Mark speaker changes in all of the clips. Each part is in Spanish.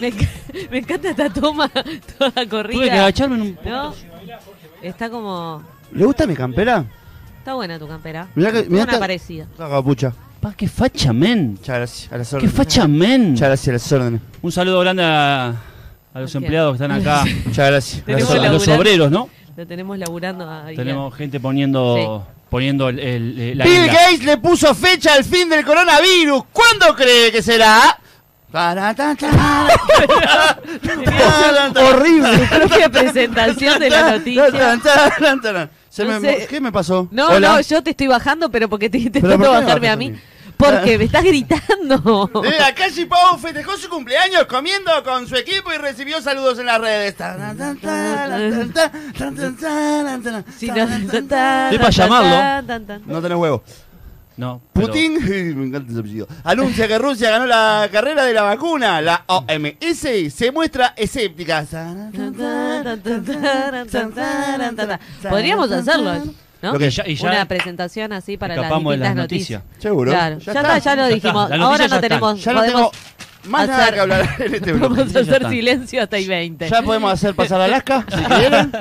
Speaker 1: Me, enc- me encanta esta toma toda corrida.
Speaker 2: Tuve que agacharme en un
Speaker 1: ¿No? Está como.
Speaker 3: ¿Le gusta mi campera?
Speaker 1: Está buena tu campera.
Speaker 3: Mirá que-
Speaker 1: Tengo
Speaker 3: mirá
Speaker 1: una
Speaker 3: esta-
Speaker 1: parecida.
Speaker 3: La capucha.
Speaker 2: Pa, qué facha, men.
Speaker 3: Muchas gracias. A las
Speaker 2: Qué
Speaker 3: órdenes.
Speaker 2: facha, men.
Speaker 3: Muchas gracias, a las órdenes.
Speaker 2: Un saludo grande a, a los
Speaker 1: Gracias.
Speaker 2: empleados que están acá.
Speaker 3: Muchas gracias.
Speaker 2: A los,
Speaker 1: Tenemos
Speaker 3: Gracias.
Speaker 2: a los
Speaker 1: laburante.
Speaker 2: obreros, ¿no?
Speaker 1: Lo tenemos laburando ahí.
Speaker 2: Tenemos gente poniendo poniendo el, el- el- la
Speaker 3: Bill
Speaker 2: guinda.
Speaker 3: Gates le puso fecha al fin del coronavirus. ¿Cuándo cree que será? Para, ta, ta, ta. Para, ta,
Speaker 1: Su propia presentación de la
Speaker 3: ta, ta,
Speaker 1: noticia.
Speaker 3: ta, ta, ta, ta. Se
Speaker 1: No
Speaker 3: me-
Speaker 1: sé.
Speaker 3: ¿Qué me pasó?
Speaker 1: No,
Speaker 3: Hola.
Speaker 1: no, yo te estoy bajando, pero porque te
Speaker 3: ¿por
Speaker 1: intentando
Speaker 3: qué me
Speaker 1: bajarme
Speaker 3: bajas
Speaker 1: a
Speaker 3: a
Speaker 1: mí.
Speaker 3: mí? Ah.
Speaker 1: Porque me estás gritando.
Speaker 3: Desde la calle Pau festejó su cumpleaños comiendo con su equipo y recibió saludos en las redes.
Speaker 1: Si no-
Speaker 2: Estoy pa' llamarlo.
Speaker 1: Tan, tan, tan.
Speaker 3: No tenés huevo.
Speaker 2: No, pero-
Speaker 3: Putin, me encanta ese apellido, anuncia que Rusia ganó la carrera de la vacuna. La OMS se muestra escéptica.
Speaker 1: Podríamos hacerlo, ¿no?
Speaker 3: Lo que-
Speaker 2: y ya- y ya-
Speaker 1: Una presentación así para las
Speaker 2: Escapamos de
Speaker 1: distintas
Speaker 2: las
Speaker 1: noticias.
Speaker 2: noticias.
Speaker 3: Seguro.
Speaker 1: Claro, ya,
Speaker 3: Ya
Speaker 1: está,
Speaker 3: está.
Speaker 1: ya lo
Speaker 2: Ya
Speaker 1: dijimos.
Speaker 2: está, las
Speaker 1: Ahora
Speaker 2: noticias
Speaker 1: no
Speaker 2: ya
Speaker 1: tenemos,
Speaker 3: Ya no tengo
Speaker 1: podemos,
Speaker 3: más nada
Speaker 1: hacer-
Speaker 3: que hablar en este
Speaker 1: podemos
Speaker 3: bloque.
Speaker 2: noticias ya
Speaker 1: hacer
Speaker 2: están.
Speaker 1: silencio hasta el 20.
Speaker 3: Ya podemos hacer pasar a Alaska, si quieren,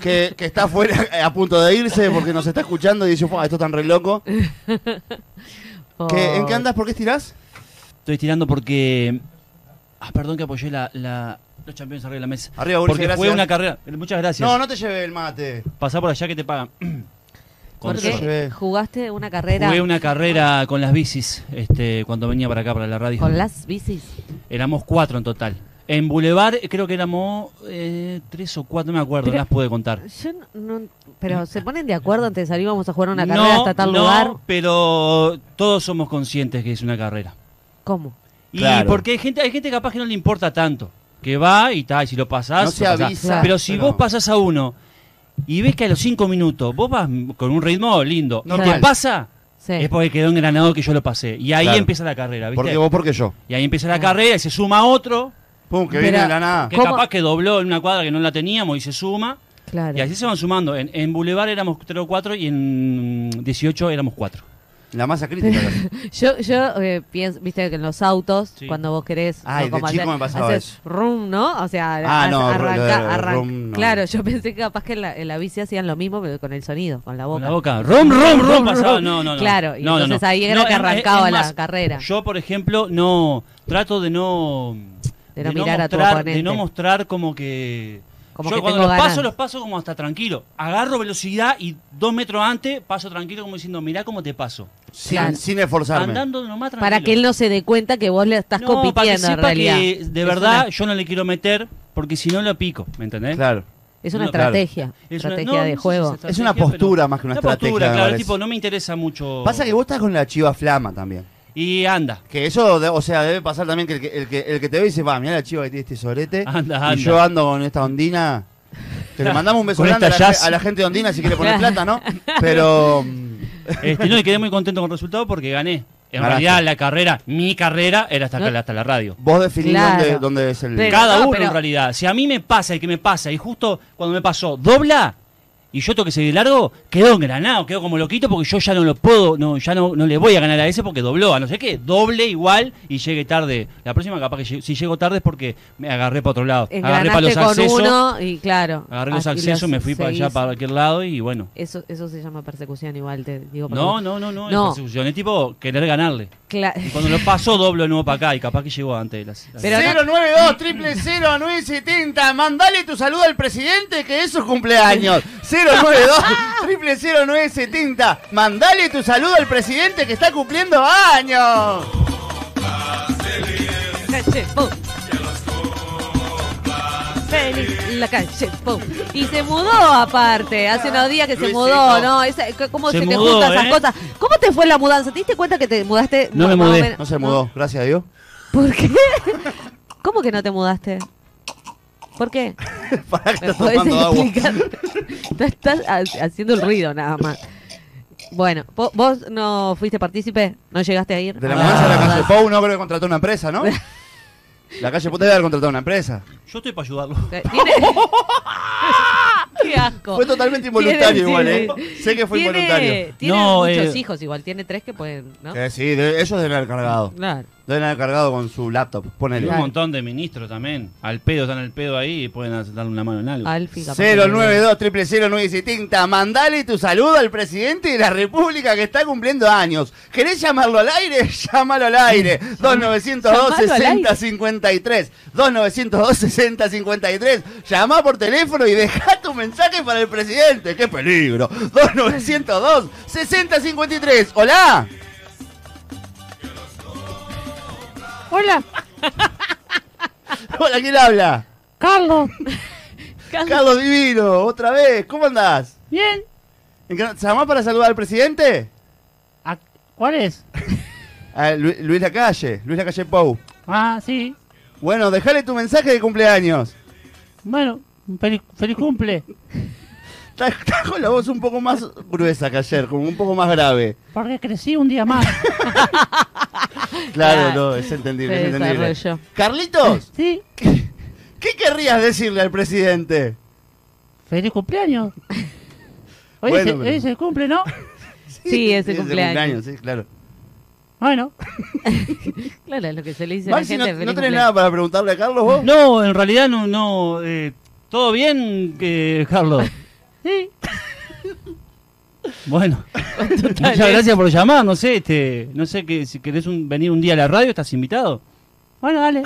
Speaker 3: que, que está afuera eh, a punto de irse porque nos está escuchando y dice, "Fua, esto es tan re loco.
Speaker 1: Por-
Speaker 3: ¿Qué- ¿En qué andas? ¿Por qué estirás?
Speaker 2: Estoy tirando porque. Ah, perdón que apoyé la, la- los campeones arriba de la mesa.
Speaker 3: Arriba, Ulises,
Speaker 2: porque fue
Speaker 3: gracias.
Speaker 2: una carrera. Muchas gracias.
Speaker 3: No, no te lleve el mate.
Speaker 2: Pasá por allá que te pagan. Con
Speaker 1: Porque
Speaker 2: suerte.
Speaker 3: suerte.
Speaker 1: jugaste una carrera
Speaker 2: Jugué una carrera con las bicis este, cuando venía para acá, para la radio.
Speaker 1: con las bicis.
Speaker 2: Éramos cuatro en total. En Boulevard creo que éramos eh, tres o cuatro, no me acuerdo,
Speaker 1: Pero-
Speaker 2: no las pude contar.
Speaker 1: Yo no, no- pero se ponen de acuerdo antes de salir vamos a jugar una carrera
Speaker 2: no,
Speaker 1: hasta tal
Speaker 2: no,
Speaker 1: lugar.
Speaker 2: pero todos somos conscientes que es una carrera.
Speaker 1: ¿Cómo?
Speaker 2: Y
Speaker 3: Claro.
Speaker 2: porque hay gente, hay gente capaz que no le importa tanto. Que va y tal, y si lo pasás,
Speaker 3: No se
Speaker 2: lo pasás.
Speaker 3: avisa.
Speaker 2: Ah, Pero si
Speaker 3: Claro.
Speaker 2: vos pasás a uno y ves que a los cinco minutos vos vas con un ritmo lindo y
Speaker 3: Normal.
Speaker 2: te pasa,
Speaker 1: Sí.
Speaker 2: es porque quedó engranado que yo lo pasé. Y ahí
Speaker 3: Claro.
Speaker 2: empieza la carrera, ¿viste?
Speaker 3: Porque vos, porque yo.
Speaker 2: Y ahí empieza la
Speaker 1: Claro.
Speaker 2: carrera y se suma otro,
Speaker 3: Pum, que
Speaker 1: Pero-
Speaker 3: viene de la nada.
Speaker 2: que
Speaker 1: Ah. ¿Cómo?
Speaker 2: capaz que dobló en una cuadra que no la teníamos y se suma.
Speaker 1: Claro.
Speaker 2: Y así se van sumando. En, en Boulevard éramos 3 o 4 y en 18 éramos 4.
Speaker 3: La masa crítica.
Speaker 1: Yo, yo eh, pienso, viste que en los autos,
Speaker 2: Sí.
Speaker 1: cuando vos querés,
Speaker 3: Ay,
Speaker 1: ¿no?
Speaker 3: de chico me pasaba
Speaker 1: haces
Speaker 3: eso.
Speaker 1: rum, ¿no? O sea,
Speaker 3: Ah,
Speaker 1: has-
Speaker 3: no,
Speaker 1: arranca-
Speaker 3: ru- lo de-
Speaker 1: arran-
Speaker 3: rum, no.
Speaker 1: Claro, yo pensé que capaz que en la, en la bici hacían lo mismo, pero con el sonido, con la boca.
Speaker 2: Con la boca. Rom, rom, rom.
Speaker 1: Rum,
Speaker 2: pasaba.
Speaker 1: rum.
Speaker 2: No, no, no.
Speaker 1: Claro, y
Speaker 2: No, no,
Speaker 1: entonces
Speaker 2: no.
Speaker 1: ahí era
Speaker 2: No,
Speaker 1: que
Speaker 2: es más-
Speaker 1: arrancaba
Speaker 2: es
Speaker 1: la
Speaker 2: más,
Speaker 1: carrera.
Speaker 2: Yo, por ejemplo, no. Trato de no.
Speaker 1: De no mirar a tu
Speaker 2: mostrar,
Speaker 1: oponente.
Speaker 2: De no mostrar como que.
Speaker 1: Como
Speaker 2: yo
Speaker 1: que
Speaker 2: cuando
Speaker 1: tengo
Speaker 2: los
Speaker 1: ganas.
Speaker 2: paso, los paso como hasta tranquilo. Agarro velocidad y dos metros antes paso tranquilo como diciendo, mirá cómo te paso.
Speaker 3: sin,
Speaker 1: Claro.
Speaker 3: sin esforzarme.
Speaker 2: Andando nomás tranquilo.
Speaker 1: Para que él no se dé cuenta que vos le estás
Speaker 2: No,
Speaker 1: compitiendo
Speaker 2: para que sepa
Speaker 1: en realidad.
Speaker 2: que de
Speaker 1: Es
Speaker 2: verdad
Speaker 1: una-
Speaker 2: yo no le quiero meter porque si no lo pico, ¿me entendés?
Speaker 3: Claro.
Speaker 1: Es una
Speaker 2: no, claro.
Speaker 1: estrategia,
Speaker 2: Es una-
Speaker 1: estrategia
Speaker 2: no,
Speaker 1: de
Speaker 2: no sé si
Speaker 1: juego.
Speaker 2: estrategia,
Speaker 3: Es una
Speaker 2: pero-
Speaker 3: postura más que una estrategia,
Speaker 2: postura,
Speaker 3: me
Speaker 2: claro,
Speaker 3: parece.
Speaker 2: tipo, no me interesa mucho.
Speaker 3: Pasa que vos estás con la chiva flama también.
Speaker 2: Y anda.
Speaker 3: Que eso, de- o sea, debe pasar también que el que, el que, el que te ve dice, va, mirá la chiva que tiene este sorete.
Speaker 2: Anda,
Speaker 3: y
Speaker 2: anda.
Speaker 3: yo ando con esta ondina. Que le mandamos un beso
Speaker 2: Con
Speaker 3: grande a
Speaker 2: esta
Speaker 3: la,
Speaker 2: jazz.
Speaker 3: a la gente de ondina si quiere poner plata, ¿no? Pero. mm,
Speaker 2: Este, no, y quedé muy contento con el resultado porque gané. En
Speaker 3: Ganaste.
Speaker 2: realidad, la carrera, mi carrera, era hasta, acá,
Speaker 1: No.
Speaker 2: hasta la radio.
Speaker 3: Vos definís
Speaker 1: Claro.
Speaker 3: dónde, dónde es el.
Speaker 1: Pero-
Speaker 2: Cada
Speaker 1: no,
Speaker 2: uno,
Speaker 1: pero-
Speaker 2: en realidad. Si a mí me pasa el que me pasa, y justo cuando me pasó, dobla, y yo tengo que seguir largo, quedo engranado, quedo como loquito porque yo ya no lo puedo, no ya no, no le voy a ganar a ese porque dobló, a no sé qué. Doble igual y llegue tarde. La próxima, capaz que llegue- si llego tarde es porque me agarré para otro lado. Agarré para
Speaker 1: Engranaste
Speaker 2: los
Speaker 1: con
Speaker 2: accesos.
Speaker 1: uno y claro.
Speaker 2: Agarré los
Speaker 1: ah, y
Speaker 2: accesos,
Speaker 1: los
Speaker 2: me fui para allá,
Speaker 1: seguís.
Speaker 2: para cualquier lado y bueno.
Speaker 1: Eso, eso se llama persecución igual, te digo.
Speaker 2: No,
Speaker 1: porque-
Speaker 2: no, no, no,
Speaker 1: No.
Speaker 2: es persecución. Es tipo querer ganarle.
Speaker 1: Cla-
Speaker 2: Y cuando lo pasó, doblo de nuevo para acá y capaz que llegó antes. de las- las-
Speaker 1: Pero no-
Speaker 3: 092 000 970 Mandale tu saludo al presidente que es su cumpleaños. 092 000 970 Mandale tu saludo al presidente que está cumpliendo años.
Speaker 1: calle, pum. Feliz la calle, pum. Y se mudó aparte, hace unos días que se
Speaker 3: Luisito.
Speaker 1: mudó, ¿no? Esa- c- ¿Cómo se,
Speaker 2: Se
Speaker 1: te
Speaker 2: mudó,
Speaker 1: juntan esas
Speaker 2: ¿eh?
Speaker 1: cosas? ¿Cómo te fue la mudanza? ¿Te diste cuenta que te mudaste?
Speaker 2: No me
Speaker 1: más o
Speaker 2: mudé.
Speaker 1: menos?
Speaker 3: No se mudó, gracias a Dios.
Speaker 1: ¿Por qué? ¿Cómo que no te mudaste? ¿Por qué?
Speaker 3: Para que
Speaker 1: ¿Me
Speaker 3: está
Speaker 1: podés
Speaker 3: tomando agua.
Speaker 1: explicar? Estás- Estás ha- haciendo el ruido nada más. Bueno, po- ¿vos no fuiste partícipe? ¿No llegaste a ir?
Speaker 3: De la
Speaker 1: Ah,
Speaker 3: mudanza a la calle
Speaker 1: mudanza.
Speaker 3: Pou no creo que contrató una empresa, ¿no? La calle Pou debe haber contratado una empresa.
Speaker 2: Yo estoy para ayudarlo.
Speaker 1: Eh, Tiene- Qué asco.
Speaker 3: ¡Ah! Fue totalmente
Speaker 1: Tiene-
Speaker 3: involuntario igual, ¿eh?
Speaker 1: tiene-
Speaker 3: Sé que fue
Speaker 1: tiene-
Speaker 3: involuntario.
Speaker 1: Tiene
Speaker 2: No,
Speaker 1: muchos
Speaker 2: eh,
Speaker 1: hijos igual, tiene tres que pueden, ¿no?
Speaker 3: Que sí, de- Eh, ellos deben haber cargado.
Speaker 1: Claro.
Speaker 3: Deben haber cargado con su laptop. Ponele.
Speaker 2: Hay un montón de ministros también. Al pedo, están al pedo ahí y pueden hacer- darle una mano en algo.
Speaker 1: Alfi, capaz que-
Speaker 3: 092 000 Mandale tu saludo al presidente de la República que está cumpliendo años. ¿Querés llamarlo al aire? Llámalo al aire. 2902
Speaker 1: Llamalo al aire.
Speaker 3: 6053. 2902 6053. Llama por teléfono y deja tu mensaje para el presidente. ¡Qué peligro! 2902 6053. Hola.
Speaker 1: Hola,
Speaker 3: Hola, ¿quién habla?
Speaker 1: Carlos. Carlos.
Speaker 3: Carlos Divino, otra vez. ¿Cómo andás?
Speaker 4: Bien.
Speaker 3: ¿En qué- ¿Llamás para saludar al presidente?
Speaker 4: ¿A- Ah, ¿Cuál es?
Speaker 3: A Lu- Luis Lacalle, Luis Lacalle Pou.
Speaker 4: Ah, sí.
Speaker 3: Bueno, dejale tu mensaje de cumpleaños.
Speaker 4: Bueno, feliz, feliz cumple.
Speaker 3: Está está con la voz un poco más gruesa que ayer, como un poco más grave.
Speaker 4: Porque crecí un día más.
Speaker 3: Claro,
Speaker 1: Ah,
Speaker 3: no, es entendible, es
Speaker 1: se
Speaker 3: entendible.
Speaker 1: desarrolló.
Speaker 3: Carlitos,
Speaker 4: Sí.
Speaker 3: ¿qué querrías decirle al presidente?
Speaker 4: Feliz cumpleaños. Hoy,
Speaker 3: Bueno,
Speaker 4: se,
Speaker 3: pero-
Speaker 4: hoy se cumple, ¿no?
Speaker 1: Sí, es el
Speaker 3: el
Speaker 1: cumpleaños.
Speaker 3: Sí, claro.
Speaker 4: Bueno.
Speaker 1: Claro, es lo que se le dice a la
Speaker 3: Maxi,
Speaker 1: gente.
Speaker 3: ¿no,
Speaker 1: feliz
Speaker 3: no tenés
Speaker 1: cumpleaños.
Speaker 3: nada para preguntarle a Carlos vos?
Speaker 2: No, en realidad no. no eh, ¿Todo bien, eh, Carlos?
Speaker 4: Sí.
Speaker 2: Bueno, muchas
Speaker 1: Dale.
Speaker 2: gracias por llamar. No sé, este, no sé que si querés un- venir un día a la radio, estás invitado.
Speaker 4: Bueno, dale.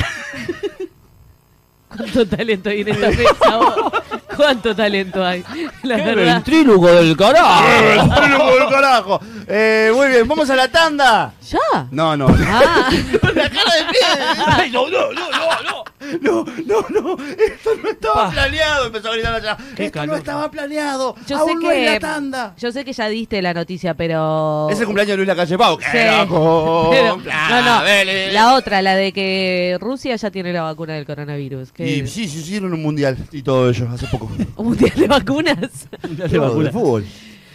Speaker 1: ¿Cuánto talento hay en esta mesa? vos? ¿Cuánto talento hay? La
Speaker 2: ¡Qué
Speaker 1: verdad.
Speaker 2: ventríloco del
Speaker 3: ¡Eh,
Speaker 2: carajo!
Speaker 3: bueno, por el carajo! Eh, muy bien, vamos a la tanda.
Speaker 1: ¿Ya?
Speaker 3: No, no.
Speaker 1: Ah,
Speaker 3: la cara de
Speaker 1: ¿eh?
Speaker 3: pie.
Speaker 2: Ay, no, no, no, no, no.
Speaker 3: No, no, no, esto no estaba
Speaker 2: Pa.
Speaker 3: planeado, empezó a gritar allá.
Speaker 2: Qué
Speaker 3: esto no
Speaker 2: calor.
Speaker 3: estaba planeado.
Speaker 1: yo sé
Speaker 3: Aún no es
Speaker 1: que.
Speaker 3: la tanda.
Speaker 1: Yo sé que ya diste la noticia, pero.
Speaker 3: Es el cumpleaños de Luis Lacalle Pau.
Speaker 1: Sí.
Speaker 3: ¡Qué loco!
Speaker 1: Pero- no, no.
Speaker 3: Claveles.
Speaker 1: La otra, la de que Rusia ya tiene la vacuna del coronavirus. Que...
Speaker 3: Y sí, sí, hicieron un mundial y todo ello hace poco.
Speaker 1: ¿Un mundial de vacunas?
Speaker 2: Te
Speaker 3: Todo,
Speaker 2: vacuna.
Speaker 3: de fútbol.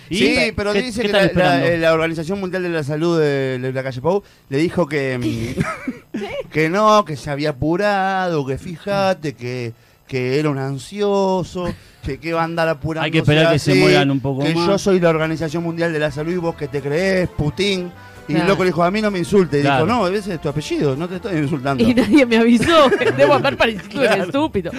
Speaker 2: ¿Y?
Speaker 3: Sí, pero
Speaker 2: ¿Qué-
Speaker 3: dice
Speaker 2: qué
Speaker 3: que
Speaker 2: están
Speaker 3: la, la-
Speaker 2: esperando?
Speaker 3: eh, la Organización Mundial de la Salud de de la calle Pau le dijo que, mm, que no, que se había apurado, que fíjate, que, que era un ansioso, que, que va a andar apurando.
Speaker 2: Hay que esperar que se mueran un poco
Speaker 3: Que
Speaker 2: más.
Speaker 3: yo soy la Organización Mundial de la Salud y vos que te crees, Putin. Y el
Speaker 1: Claro.
Speaker 3: loco le dijo, a mí no me insulte. Y
Speaker 2: Claro.
Speaker 3: dijo, no, ese es tu apellido, no te estoy insultando.
Speaker 1: Y nadie me avisó. Debo haber parecido un estúpido.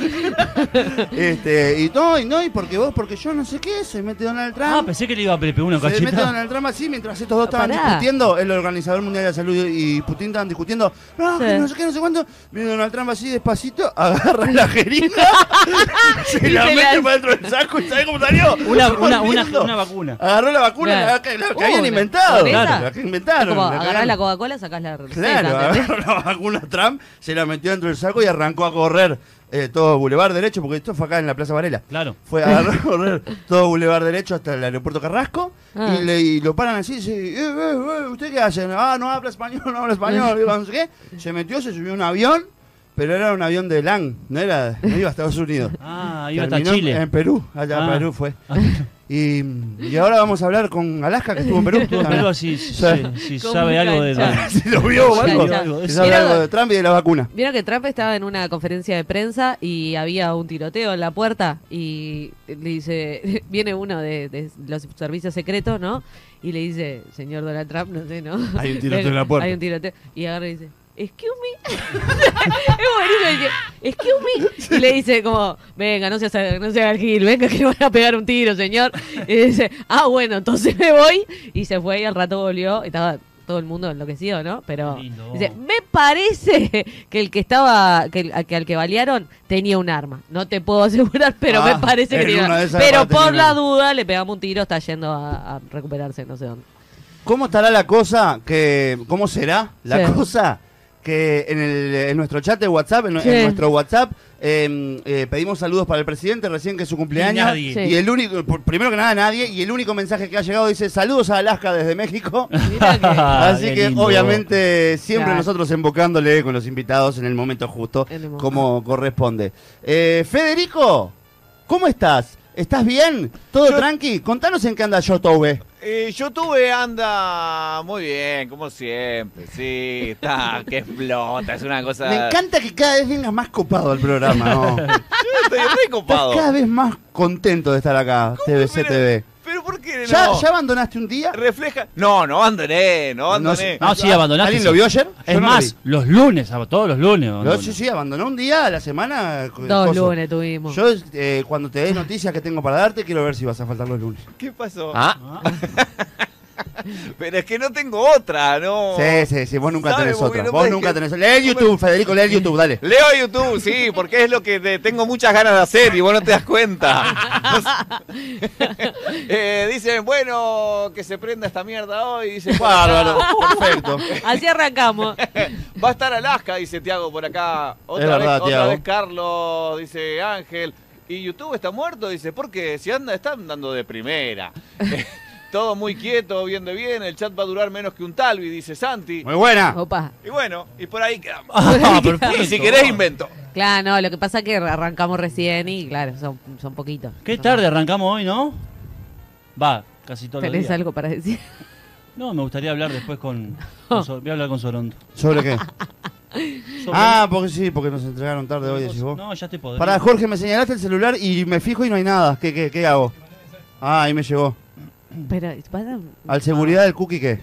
Speaker 3: Este, y no, y no, y porque vos, porque yo no sé qué, se mete Donald Trump.
Speaker 2: Ah, pensé que le iba a pegar una
Speaker 3: Se mete
Speaker 2: cachetada.
Speaker 3: Donald Trump así mientras estos dos estaban
Speaker 1: Ah, Pará.
Speaker 3: discutiendo, el organizador mundial de la salud y Putin estaban discutiendo, no,
Speaker 1: Sí.
Speaker 3: que no sé qué, no sé cuánto. Viene Donald Trump así despacito, agarra la jeringa, se
Speaker 1: Y
Speaker 3: la
Speaker 1: se
Speaker 3: mete
Speaker 1: la-
Speaker 3: para dentro del saco y ¿sabe cómo salió?
Speaker 2: Una, una, Ah, una,
Speaker 3: Volviendo.
Speaker 2: una vacuna.
Speaker 3: Agarró la vacuna,
Speaker 1: Claro.
Speaker 3: la, que- la que
Speaker 1: Uh,
Speaker 3: habían
Speaker 1: la-
Speaker 3: inventado.
Speaker 1: ¿con esa?
Speaker 3: La que inventaron.
Speaker 1: Como
Speaker 3: la que
Speaker 1: agarrás
Speaker 3: habían-
Speaker 1: la Coca-Cola, sacás la receta.
Speaker 3: Claro,
Speaker 1: ¿entendés?
Speaker 3: agarró la vacuna Trump, se la metió dentro del saco y arrancó a correr eh, todo Boulevard Derecho, porque esto fue acá en la Plaza Varela.
Speaker 2: Claro.
Speaker 3: Fue a agarrar- correr todo Boulevard Derecho hasta el aeropuerto Carrasco
Speaker 1: Ah.
Speaker 3: y, le- y lo paran así y dice, eh, eh, eh, ¿usted qué hace? Ah, no habla español, no habla español, y no sé qué. Se metió, se subió a un avión, pero era un avión de LAN, no era, no iba a Estados Unidos.
Speaker 2: Ah, iba hasta
Speaker 3: Terminó en-
Speaker 2: Chile.
Speaker 3: En Perú, allá a
Speaker 2: Ah.
Speaker 3: Perú fue. Y, y ahora vamos a hablar con Alaska, que estuvo en Perú.
Speaker 2: Todo
Speaker 3: también.
Speaker 2: peludo así, si,
Speaker 3: Sí.
Speaker 2: si
Speaker 1: Con
Speaker 2: sabe
Speaker 1: un
Speaker 2: algo de
Speaker 1: gancho.
Speaker 2: Donald.
Speaker 3: si lo vio o algo.
Speaker 1: Ya,
Speaker 2: ya.
Speaker 3: Si sabe
Speaker 1: Mira-
Speaker 3: algo de Trump y de la vacuna.
Speaker 1: Vieron que Trump estaba en una conferencia de prensa y había un tiroteo en la puerta y le dice, viene uno de, de los servicios secretos, ¿no? Y le dice, señor Donald Trump, no sé, ¿no?
Speaker 3: Hay un tiroteo en la puerta.
Speaker 1: Hay un tiroteo. Y agarra y dice, excuse me. es buenísimo, dice, excuse me. Y le dice como, venga, no se haga, no se haga el gil, venga que le van a pegar un tiro, señor. Y dice, ah, bueno, entonces me voy. Y se fue y al rato volvió y estaba... Todo el mundo enloquecido, ¿no? Pero
Speaker 2: Qué lindo.
Speaker 1: dice, me parece que el que estaba, que, el- que al que balearon tenía un arma. No te puedo asegurar, pero
Speaker 3: Ah,
Speaker 1: me parece que
Speaker 3: en
Speaker 1: tenía un
Speaker 3: una de
Speaker 1: arma.
Speaker 3: esas
Speaker 1: Pero
Speaker 3: capaz tenía
Speaker 1: por
Speaker 3: un
Speaker 1: la
Speaker 3: arma.
Speaker 1: duda le pegamos un tiro, está yendo a, a recuperarse, no sé dónde.
Speaker 3: ¿Cómo estará la cosa que... ¿Cómo será la
Speaker 1: Sí.
Speaker 3: cosa que en, el- en nuestro chat de WhatsApp, en, en
Speaker 1: Sí.
Speaker 3: nuestro WhatsApp, eh, eh, pedimos saludos para el presidente recién que es su
Speaker 2: Y
Speaker 3: cumpleaños?
Speaker 2: nadie.
Speaker 1: Sí.
Speaker 3: Y el único, por- primero que nada nadie, y el único mensaje que ha llegado dice saludos a Alaska desde México.
Speaker 1: Mirá
Speaker 2: Ah,
Speaker 3: Así
Speaker 2: qué
Speaker 3: que
Speaker 2: lindo.
Speaker 3: obviamente siempre
Speaker 1: Claro.
Speaker 3: nosotros embocándole con los invitados en el momento justo,
Speaker 1: En el momento.
Speaker 3: como corresponde. Eh, Federico, ¿cómo estás? ¿Estás bien? ¿Todo
Speaker 5: Yo-
Speaker 3: tranqui? Contanos en qué anda yo, Tobe.
Speaker 5: Eh, yo tuve anda muy bien, como siempre. Sí, está, que explota, es una cosa.
Speaker 3: Me encanta que cada vez vengas más copado al programa, ¿no?
Speaker 5: Yo estoy re
Speaker 3: Estás
Speaker 5: copado.
Speaker 3: cada vez más contento de estar acá, TBC
Speaker 5: Pero-
Speaker 3: TV.
Speaker 5: Pero ¿por qué que
Speaker 3: ¿Ya,
Speaker 5: no.
Speaker 3: ya abandonaste un día?
Speaker 5: Refleja. No, no abandoné, no abandoné.
Speaker 2: No, Ah, sí, abandonaste.
Speaker 3: ¿Alguien lo vio ayer?
Speaker 2: Es
Speaker 3: Yo no lo
Speaker 2: más, los lunes, ab- todos los lunes.
Speaker 3: vi.
Speaker 2: abandono.
Speaker 3: No, sí, sí, abandonó un día a la semana. co-
Speaker 1: Dos
Speaker 3: coso.
Speaker 1: lunes tuvimos.
Speaker 3: Yo, eh, cuando te dé noticias que tengo para darte, quiero ver si vas a faltar los lunes.
Speaker 5: ¿Qué pasó?
Speaker 6: Ah,
Speaker 5: Pero es que no tengo otra, no.
Speaker 3: Sí, sí, sí, vos nunca
Speaker 5: Sabe,
Speaker 3: tenés
Speaker 5: porque
Speaker 3: otra.
Speaker 5: no
Speaker 3: Vos
Speaker 5: podés
Speaker 3: nunca
Speaker 5: que-
Speaker 3: tenés Lee el YouTube, Federico, lee el YouTube, dale.
Speaker 5: Leo YouTube, sí, porque es lo que te- tengo muchas ganas de hacer y vos no te das cuenta. Eh, dicen, bueno, que se prenda esta mierda hoy. Dice, "Ah,
Speaker 3: Bárbaro, perfecto.
Speaker 1: Así arrancamos.
Speaker 5: Va a estar Alaska, dice Tiago por acá. Otra,
Speaker 3: Es verdad,
Speaker 5: vez, otra
Speaker 3: Tiago.
Speaker 5: vez Carlos, dice Ángel. Y YouTube está muerto, dice, porque si anda, están dando de primera. Eh, Todo muy quieto, viendo bien. El chat va a durar menos que un talvi, dice Santi.
Speaker 3: Muy buena.
Speaker 1: Opa.
Speaker 5: Y bueno, y por ahí quedamos.
Speaker 2: Ah, perfecto.
Speaker 5: y si querés, invento.
Speaker 1: Claro, no, lo que pasa es que arrancamos recién y claro, son, son poquitos.
Speaker 2: Qué
Speaker 1: Son-
Speaker 2: tarde arrancamos hoy, ¿no? Va, casi todo el
Speaker 1: ¿Tenés
Speaker 2: día.
Speaker 1: algo para decir?
Speaker 2: No, me gustaría hablar después con. con Sor- voy a hablar con Sorondo.
Speaker 3: ¿Sobre qué?
Speaker 2: Sobre-
Speaker 3: Ah, porque sí, porque nos entregaron tarde hoy, decís vos.
Speaker 2: No, ya estoy podrido.
Speaker 3: Pará, Jorge, me señalaste el celular y me fijo y no hay nada. ¿Qué, qué, qué hago? Ah, ahí me llegó.
Speaker 1: Pero, para-
Speaker 3: ¿Al seguridad del cookie qué?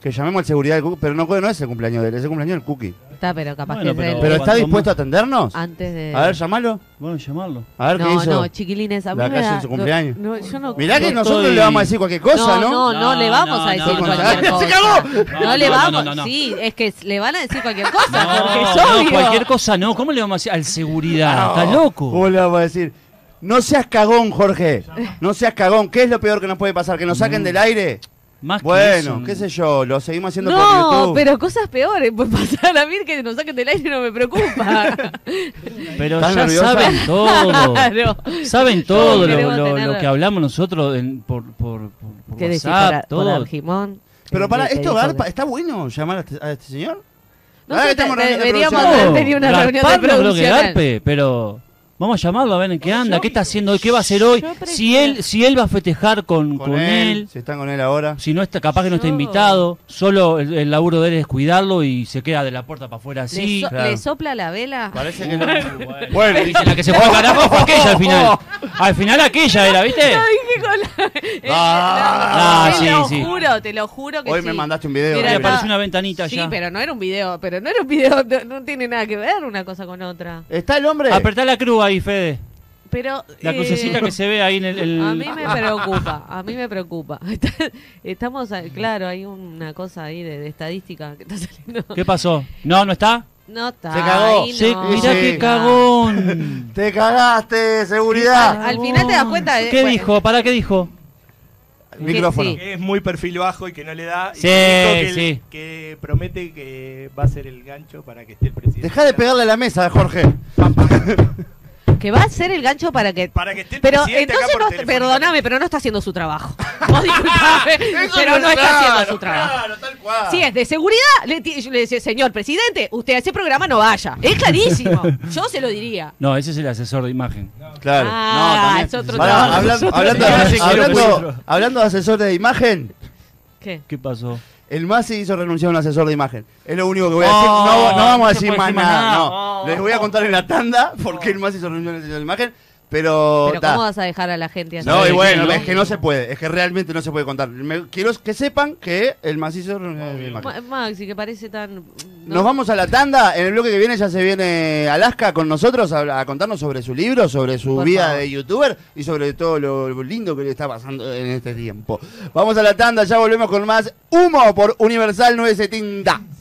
Speaker 3: Que llamemos al seguridad del cookie, pero no, no es el cumpleaños de él, es el cumpleaños del cookie.
Speaker 1: Está, pero capaz
Speaker 2: Bueno,
Speaker 1: que es
Speaker 2: pero-
Speaker 1: el-
Speaker 3: ¿Pero está
Speaker 2: cuanto
Speaker 3: dispuesto a atendernos? A
Speaker 1: antes de...
Speaker 3: ver, llamalo.
Speaker 2: Bueno, llamarlo.
Speaker 3: A ver qué
Speaker 1: Ah, no,
Speaker 3: hizo.
Speaker 1: no, chiquilines, a mí
Speaker 3: La
Speaker 1: me
Speaker 3: calle
Speaker 1: da-
Speaker 3: en su cumpleaños.
Speaker 1: No, yo no...
Speaker 3: Mirá que
Speaker 2: Estoy-
Speaker 3: nosotros le vamos a decir cualquier cosa, ¿no?
Speaker 1: No, no,
Speaker 2: No,
Speaker 1: le vamos
Speaker 2: no,
Speaker 1: a decir
Speaker 2: no, no,
Speaker 1: cualquier
Speaker 3: no.
Speaker 1: cosa.
Speaker 3: ¡Se cagó!
Speaker 1: No,
Speaker 2: Ah, No,
Speaker 1: le
Speaker 2: no, no,
Speaker 1: vamos,
Speaker 2: no, no.
Speaker 1: sí, es que le van a decir cualquier cosa,
Speaker 2: No,
Speaker 1: Jorge, es
Speaker 2: no,
Speaker 1: obvio.
Speaker 2: cualquier cosa no. ¿Cómo le vamos a decir al seguridad?
Speaker 3: Ah, No.
Speaker 2: Ah, Está loco.
Speaker 3: ¿Cómo le vamos a decir? No seas cagón, Jorge. No seas cagón. ¿Qué es lo peor que nos puede pasar? ¿Que nos saquen del aire?
Speaker 2: Más que
Speaker 3: Bueno,
Speaker 2: eso.
Speaker 3: qué sé yo, lo seguimos haciendo por
Speaker 1: No,
Speaker 3: YouTube.
Speaker 1: pero cosas peores. Pues pasar a mí que nos saquen del aire no me preocupa.
Speaker 2: Pero
Speaker 3: ¿Estás
Speaker 2: ya
Speaker 3: nerviosa?
Speaker 2: saben todo.
Speaker 1: claro.
Speaker 2: Saben todo lo,
Speaker 1: queremos
Speaker 2: lo-
Speaker 1: tener-
Speaker 2: lo que hablamos nosotros en- por, por, por, por
Speaker 1: ¿Qué decís
Speaker 2: WhatsApp,
Speaker 1: para, para
Speaker 2: todo.
Speaker 1: Argimón?
Speaker 3: Pero
Speaker 1: Eh,
Speaker 3: para,
Speaker 1: que- que
Speaker 3: ¿esto
Speaker 1: dijo de-
Speaker 3: garpa? ¿Está bueno llamar a este, a este señor?
Speaker 1: No
Speaker 3: Ah,
Speaker 1: sé,
Speaker 3: estamos
Speaker 1: te-
Speaker 3: en reunión de
Speaker 1: deberíamos
Speaker 3: producción.
Speaker 1: haber tenido una
Speaker 2: No,
Speaker 1: reunión de
Speaker 2: garpar no creo que
Speaker 1: producción.
Speaker 2: garpe, pero vamos a llamarlo a ver en qué anda, qué está haciendo hoy, qué va a hacer hoy,
Speaker 1: yo prefiero-
Speaker 2: si él, si él va a festejar con, con él,
Speaker 3: Si están con él ahora.
Speaker 2: si no está, capaz que no está
Speaker 1: Yo-
Speaker 2: invitado, solo el, el laburo de él es cuidarlo y se queda de la puerta para afuera
Speaker 1: Le,
Speaker 2: así.
Speaker 1: so-
Speaker 3: claro.
Speaker 1: le sopla la vela.
Speaker 3: Parece que no.
Speaker 2: Bueno, dice, la que se fue al carajo fue aquella al final. Al final aquella era, ¿viste?
Speaker 1: Lo dije con la.
Speaker 3: Ah,
Speaker 1: te
Speaker 2: sí,
Speaker 1: lo
Speaker 2: sí.
Speaker 1: juro, te lo juro que
Speaker 3: Hoy
Speaker 1: sí.
Speaker 3: me mandaste un video.
Speaker 1: Mira,
Speaker 2: Le
Speaker 3: Gabriel.
Speaker 1: pa-
Speaker 2: apareció una ventanita
Speaker 1: Sí,
Speaker 2: ya.
Speaker 1: pero no era un video, pero no era un video, no, no tiene nada que ver una cosa con otra.
Speaker 3: ¿Está el hombre?
Speaker 2: Apretá la cruz ahí, Fede.
Speaker 1: Pero
Speaker 2: La
Speaker 1: eh,
Speaker 2: crucecita que se ve ahí en el... el-
Speaker 1: a mí me preocupa, a mí me preocupa. Está- Estamos, a- claro, hay una cosa ahí de, de estadística que está saliendo.
Speaker 2: ¿Qué pasó? ¿No, no está?
Speaker 1: No está.
Speaker 3: Se cagó.
Speaker 1: ahí
Speaker 2: Se-
Speaker 1: no.
Speaker 2: mirá
Speaker 3: Sí.
Speaker 2: qué cagón.
Speaker 3: Te cagaste, seguridad.
Speaker 1: Al, al final te das cuenta de
Speaker 2: ¿Qué
Speaker 1: bueno,
Speaker 2: dijo? ¿Para qué dijo?
Speaker 3: El micrófono.
Speaker 1: sí.
Speaker 7: que es muy perfil bajo y que no le da. y
Speaker 2: Sí,
Speaker 7: que dijo que,
Speaker 2: sí.
Speaker 7: que promete que va a ser el gancho para que esté el presidente.
Speaker 3: Deja de pegarle a la mesa, Jorge.
Speaker 1: Que va a ser el gancho para que.
Speaker 7: Para que esté el
Speaker 1: Pero
Speaker 7: presidente acá
Speaker 1: entonces,
Speaker 7: por
Speaker 1: no,
Speaker 7: teléfono.
Speaker 1: perdóname, pero no está haciendo su trabajo. Vos disculpame,
Speaker 3: Eso
Speaker 1: pero no está
Speaker 3: claro,
Speaker 1: haciendo su trabajo.
Speaker 3: Claro, tal cual.
Speaker 1: Si es de seguridad, le, ti- yo le decía, señor presidente, usted a ese programa no vaya. Es clarísimo. Yo se lo diría.
Speaker 2: No, ese es el asesor de imagen.
Speaker 3: Claro.
Speaker 1: Ah, es otro
Speaker 3: Pará,
Speaker 1: trabajo.
Speaker 3: hablan-
Speaker 1: Es otro
Speaker 3: hablando,
Speaker 2: trabajo.
Speaker 3: hablando-
Speaker 2: Sí, quiero
Speaker 3: hablando-
Speaker 2: otro.
Speaker 3: hablando de asesor de imagen,
Speaker 1: ¿Qué?
Speaker 2: ¿Qué pasó?
Speaker 3: el Masi hizo renunciar a un asesor de imagen. Es lo único que voy a decir.
Speaker 2: Oh,
Speaker 3: No, no
Speaker 2: no
Speaker 3: vamos
Speaker 2: se
Speaker 3: a decir
Speaker 2: puede
Speaker 3: más
Speaker 2: decir más
Speaker 3: nada.
Speaker 2: nada.
Speaker 1: Oh.
Speaker 3: no. Les voy a contar en la tanda por qué el Masi hizo renunciar a un asesor de imagen. Pero,
Speaker 1: Pero
Speaker 3: ta.
Speaker 1: ¿cómo vas a dejar a la gente así?
Speaker 3: No, y bueno,
Speaker 2: ¿no?
Speaker 3: es que no se puede, es que realmente no se puede contar. Me- quiero que sepan que el macizo.
Speaker 1: Ma- Maxi, que parece tan. ¿no?
Speaker 3: Nos vamos a la tanda. En el bloque que viene ya se viene Alaska con nosotros a, a contarnos sobre su libro, sobre su
Speaker 1: Por
Speaker 3: vida
Speaker 1: favor.
Speaker 3: de youtuber y sobre todo lo lindo que le está pasando en este tiempo. Vamos a la tanda, ya volvemos con más humo por Universal 970.